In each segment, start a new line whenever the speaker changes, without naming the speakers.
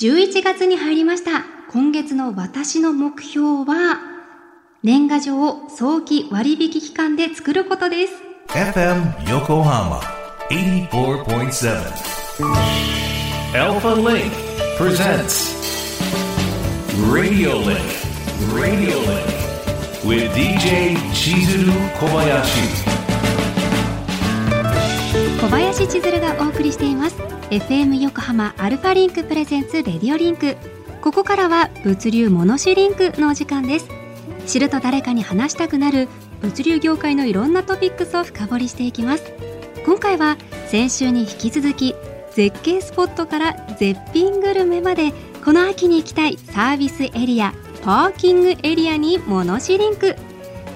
11月に入りました。今月の私の目標は、年賀状を早期割引期間で作ることです。
FM Yokohama 84.7 Alpha Link presents Radio Link. Radio Link with DJ Chizuru Kobayashi.
小林千鶴がお送りしています FM 横浜アルファリンクプレゼンツレディオリンクここからは物流モノシリンクのお時間です知ると誰かに話したくなる物流業界のいろんなトピックスを深掘りしていきます今回は先週に引き続き絶景スポットから絶品グルメまでこの秋に行きたいサービスエリアパーキングエリアにモノシリンク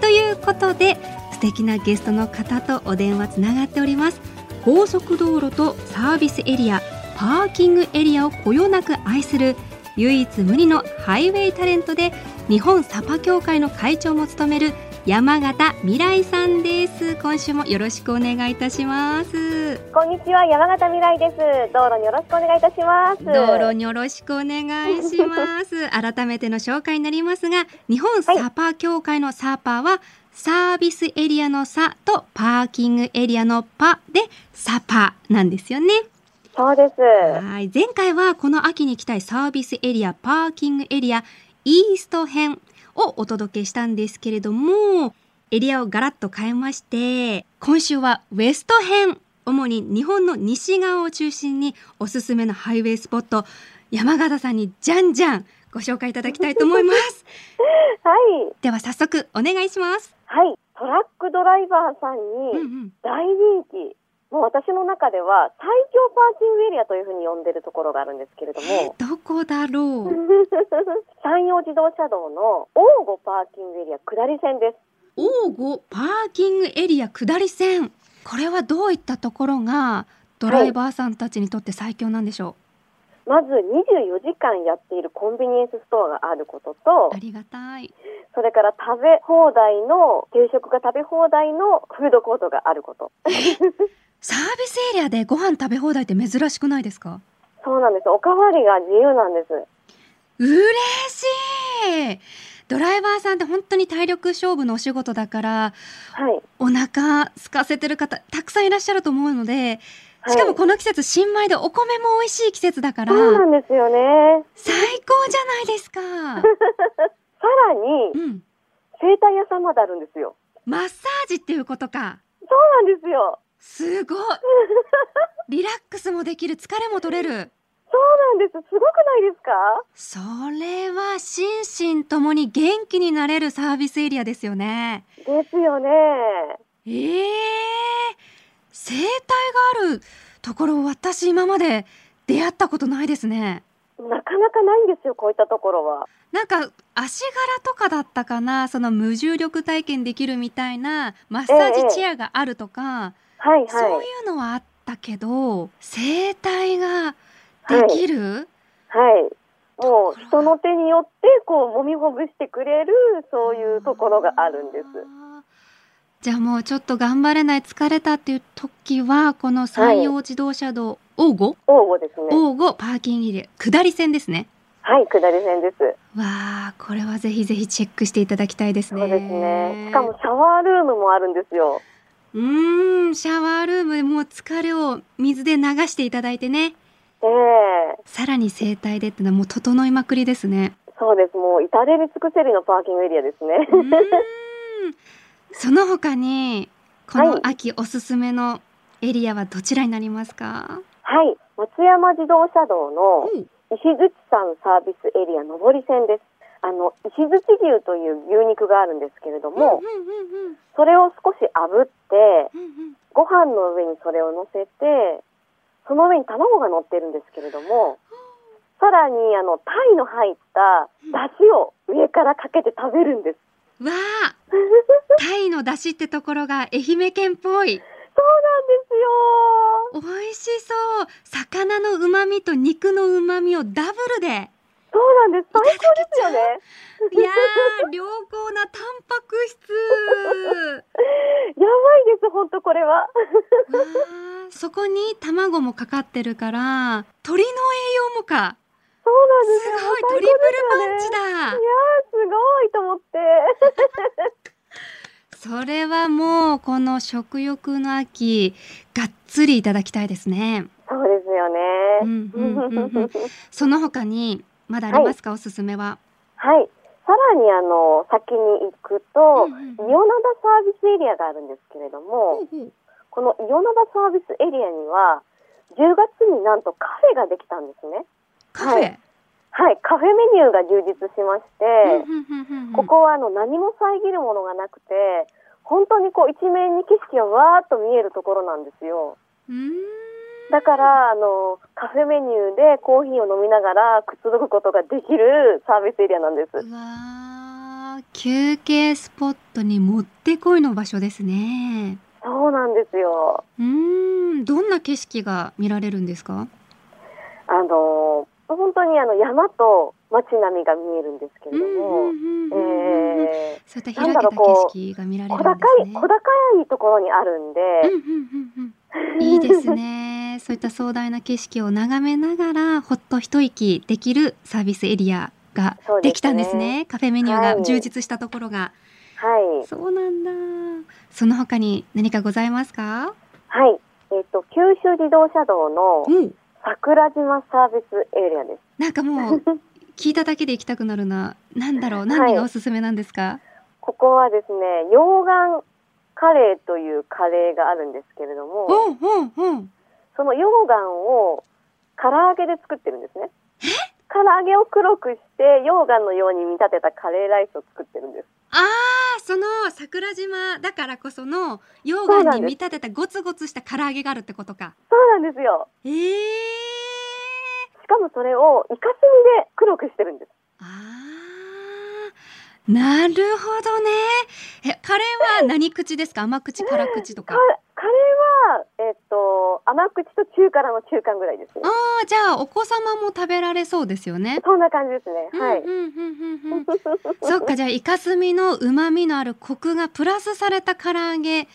ということで素敵なゲストの方とお電話つながっております高速道路とサービスエリアパーキングエリアをこよなく愛する唯一無二のハイウェイタレントで日本サパ協会の会長も務める山形未来さんです今週もよろしくお願いいたします
こんにちは、山形未来です。道路によろしくお願いいたします。
道路によろしくお願いします。改めての紹介になりますが、日本サ
はい
ーパー協会のサーパーは、サービスエリアのサとパーキングエリアのパでサパなんですよね。
そうです。
はい。前回はこの秋に行きたいサービスエリア、パーキングエリア、イースト編をお届けしたんですけれども、エリアをガラッと変えまして、今週はウエスト編、主に日本の西側を中心におすすめのハイウェイスポット、山形さんにじゃんじゃんご紹介いただきたいと思います。
はい。
では早速お願いします。
はい。トラックドライバーさん
うんう
に
ん。、
大人気。もう私の中では最強パーキングエリアというふうに呼んでるところがあるんですけれども
どこだろう
山陽自動車道の大御パーキングエリア下り線です。
王吾パーキングエリア下り線これはどういったところがドライバーさんたちにとって最強なんでしょ
まず24時間やっているコンビニエンスストアがあることと
う、ありがたい
それから食べ放題の、定食が食べ放題のフードコートがあること。
サービスエリアでご飯食べ放題って珍しくないですか
そうなんです。おかわりが自由なんです。
嬉しいドライバーさんって本当に体力勝負のお仕事だから
はい。
お腹空かせてる方たくさんいらっしゃると思うのでしかも
はい、
この季節新米でお米も美味しい季節だから
そうなんですよね。
最高じゃないです か
さらに、
うん
生体屋さんまであるんですよ。
マッサージっていうことか
そうなんですよ。
すごいリラックスもできる疲れも取れる
そうなんです。すごくないですか
それは心身ともに元気になれるサービスエリアですよね
ですよね。
ええ生態があるところ私今まで出会ったことないですね
なかなかないんですよ、こういったところは。
なんか足柄とかだったかなその無重力体験できるみたいなマッサージチェアがあるとか、
はいはい。
そういうのはあったけど生態ができる、
はい。もう、人の手によって、こう、揉みほぐしてくれる、そういうところがあるんです。
あー。じゃあもうちょっと頑張れない疲れたっていう時はこの山陽自動車道王吾、
応募ですね。
王吾パーキングエリア下り線ですね。
はい、下り線です。
わあこれはぜひぜひチェックしていただきたいですね。
そうですね。しかも、シャワールームもあるんですよ。
うーんシャワールームでもう疲れを水で流していただいてね
ええ
さらに整体でってのはもう整いまくりです ね。
そうです。もう、至れり尽くせりのパーキングエリアですね。
うーんその他にこの秋おすすめのエリアはどちらになりますか、
はい。松山自動車道の
うん
石槌山サービスエリア上り線です。あの、石槌牛という牛肉があるんですけれども、
うんうんうんうん
それを少し炙って、
うんうん
ご飯の上にそれを乗せて、その上に卵が乗ってるんですけれども、さらに、あの、タイの入った出汁を上からかけて食べるんです。
わあタイの出汁ってところが愛媛県っぽい
そう
美味しそう魚のうまみと肉のうまみをダブルでいや
なんですよそうなんです。最高ですよね。
ー良好なタンパク質
やばいです、本当これは。
わあそこに卵もかかってるから鶏の栄養もか
そう
す
ですよ。
ごいトリプルパンチだ
いやー、すごいと思って。
それはもうこの食欲の秋がっつりいただきたいですね
そうですよ
う
ね。
んうんうんうんその他にまだありますか、おすすめは
はい。さらに、あの、先に行くと、
うん
イ
うん
オナダサービスエリアがあるんですけれど
ほう
も、
ほう
このイオナダサービスエリアには、10月になんとカフェができたんですね。
カフェ、
はいはい、カフェメニューが充実しまして、
うんうんうんうん
ここはあの何も遮るものがなくて、本当にこう一面に景色がわーっと見えるところなんですよ。
うーん
だから、あの、カフェメニューでコーヒーを飲みながらくつろぐことができるサービスエリアなんです。
うわー休憩スポットにもってこいの場所ですね
そうなんですよ。
うーんどんな景色が見られるんですか
あの、本当にあの山と街並みが見えるんですけれ
うん
ど
うん
も、
うんうんうん
え
そういった開けた景色が見ら
ー、
れ
小
るんで
高
す
い、
ね
小高いところにあるんで、
うんうんうんうんいいですねそういった壮大な景色を眺めながらほっと一息できるサービスエリアが
そうですね
できたんですねカフェメニュー
は
が
い
充実したところが、
はい。
そうなんだその他に何かございますか
はい。えっ、と、九州自動車道の
おう
桜島サービスエリアです。
なんか もう聞いただけで行きたくなるななんだろう
はい
何がおすすめなんですか、
ここはですね、溶岩カレーというカレーがあるんですけれど
お
も、
うおうおう
その溶岩を唐揚げで作ってるんですね。唐揚げを黒くして溶岩のように見立てたカレーライスを作ってるんです。
ああその桜島だからこその溶
そう
岩
なん
に
です
見立てたゴツゴツした唐揚げがあるってことか
そうなんですよ。
ええ
しかもそれをイカスミで黒くしてるんです。
あーなるほどねえカレーは何口ですか甘口辛口と
カ
か
カレーは、えっ、と、甘口と中辛の中間ぐらいですね
あ。あじゃあお子様も食べられそうですよね
そんな感じですね。はい。
うんうんうんうんうんそっかじゃあイカスミの旨味のあるコクがプラスされた唐揚げ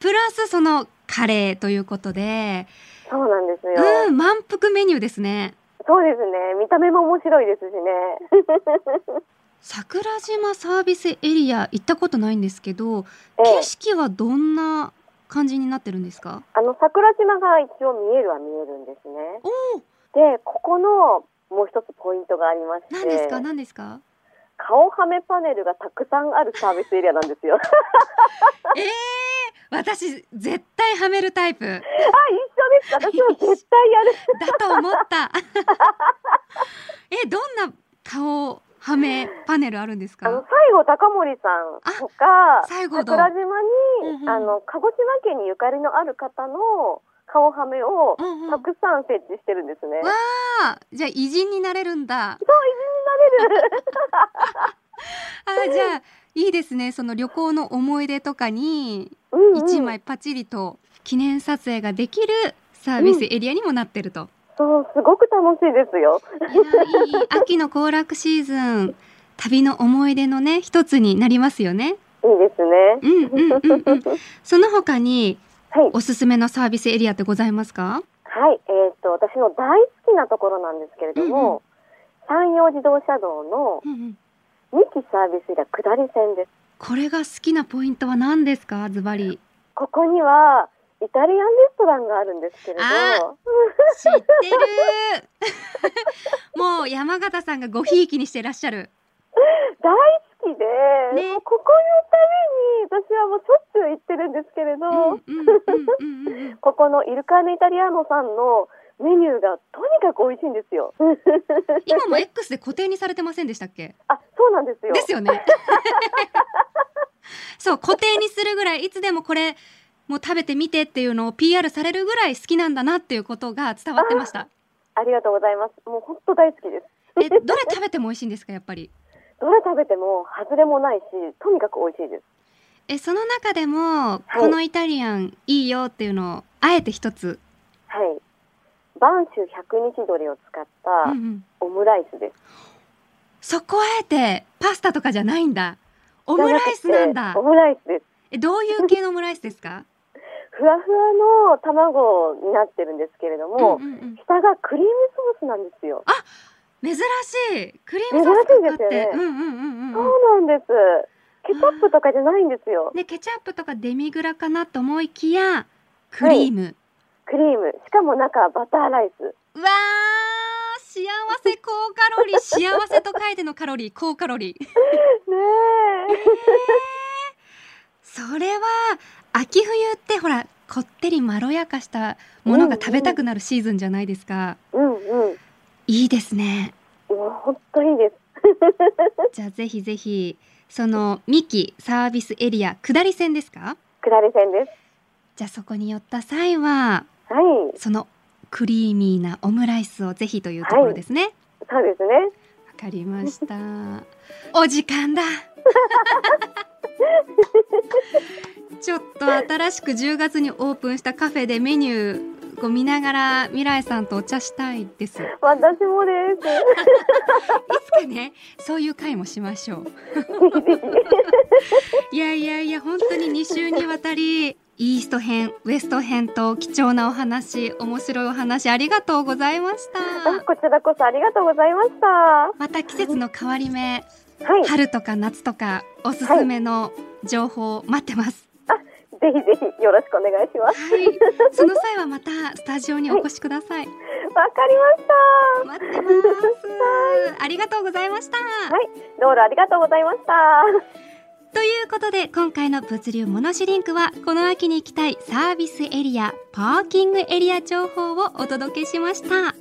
プラスそのカレーということで
そうなんですよ。
うん満腹メニューですね
そうですね。見た目も面白いですしね。
桜島サービスエリア行ったことないんですけど
ええ
景色はどんな感じになってるんですか
あの、桜島が一応見えるは見えるんですね。
おお
で、ここのもう一つポイントがありまして、
何ですか何ですか
顔はめパネルがたくさんあるサービスエリアなんです よ。あ、
ええ私絶対はめるタイプ
一緒です。私も絶対やる。
だと思った えどんな顔はめパネルあるんです
あの、
か
西郷隆盛さんとか、
西郷ど
桜島に、
うんうん
あの、鹿児島県にゆかりのある方の顔はめを
うんうん
たくさん設置してるんですね。
わあじゃあ偉人になれるんだ
そう、いじになれる。
あじゃあいいですねその旅行の思い出とかに
うんうん
一枚パチリと記念撮影ができるサービスエリアにもなってると、
そう、すごく楽しいですよ。
いやいい秋の行楽シーズン旅の思い出のね一つになりますよね
いいですね。
うんうんうんうんその他に
はい。
おすすめのサービスエリアってございますか
はい。えーっ、と、私の大好きなところなんですけれども、山陽自動車道の
うんうん
2期サービスエリア下り線です。
これが好きなポイントは何ですかズバリ
ここには、イタリアンレストランがあるんですけれ
あ
ど、
知ってる もう山形さんがごひいきにしてらっしゃる
大好きで、
ね
もうここのために私はもうしょっちゅう行ってるんですけれ
う
ど、
んうんうんうんうん
ここのイルカーネイタリアーノさんのメニューがとにかく美味しいんですよ。
今も X で固定にされてませんでしたっけ
あ、そうなんですよ。
ですよね そう固定にするぐらいいつでもこれもう食べてみてっていうのを PR されるぐらい好きなんだなっていうことが伝わってました
ありがとうございます。もう本当大好きです。
えどれ食べても美味しいんですかやっぱり
どれ食べても外れもないし、とにかく美味しいです。
えその中でも
い
このイタリアンいいよっていうのをあえて一つ、
はい。晩秋100日鶏を使っ
うんう
た
ん、
オムライスです。
そこあえてパスタとかじゃないんだオムライスなんだ
オムライスです。
えどういう系のオムライスですか
ふわふわの卵になってるんですけれども、
うんうんうん
下がクリームソースなんですよ。
珍しいクリームソースカップって、
珍しいですよね
うんうんうんうんうん
そうなんです。ケチャップとかじゃないんですよ。
でケチャップとかデミグラかなと思いきやクリーム、
クリーム。しかも中、バターライス。
うわー幸せ高カロリ ー幸せと書いてのカロリー高カロリー
ね
それは秋冬ってほらこってりまろやかしたものが食べたくなるシーズンじゃないですか、
え。うんうん。
いいですね
もう本当にいいです。
じゃあぜひぜひその三木サービスエリア下り線ですか
下り線です。
じゃあそこに寄った際は
はい。
そのクリーミーなオムライスをぜひというところですねわ、
そうですね。
かりました お時間 だちょっと新しく10月にオープンしたカフェでメニューを見ながら未来さんとお茶したいですい
私もです。
つかねそういう会もしましょう いやいやいや本当に2週にわたりイースト編ウエスト編と貴重なお話面白いお話ありがとうございました
あこちらこそありがとうございました。は
また季節の変わり目
い。ぜ
春とか夏とかおすすめの情報を待ってます、
ひぜひよろしくお願いします。
はい、その際はまたスタジオにお越しください
わかりまし
待
た。
ってますありがとうございました
どうもありがとうございました。
ということで今回の物流モノシリンクはこの秋に行きたいサービスエリアパーキングエリア情報をお届けしました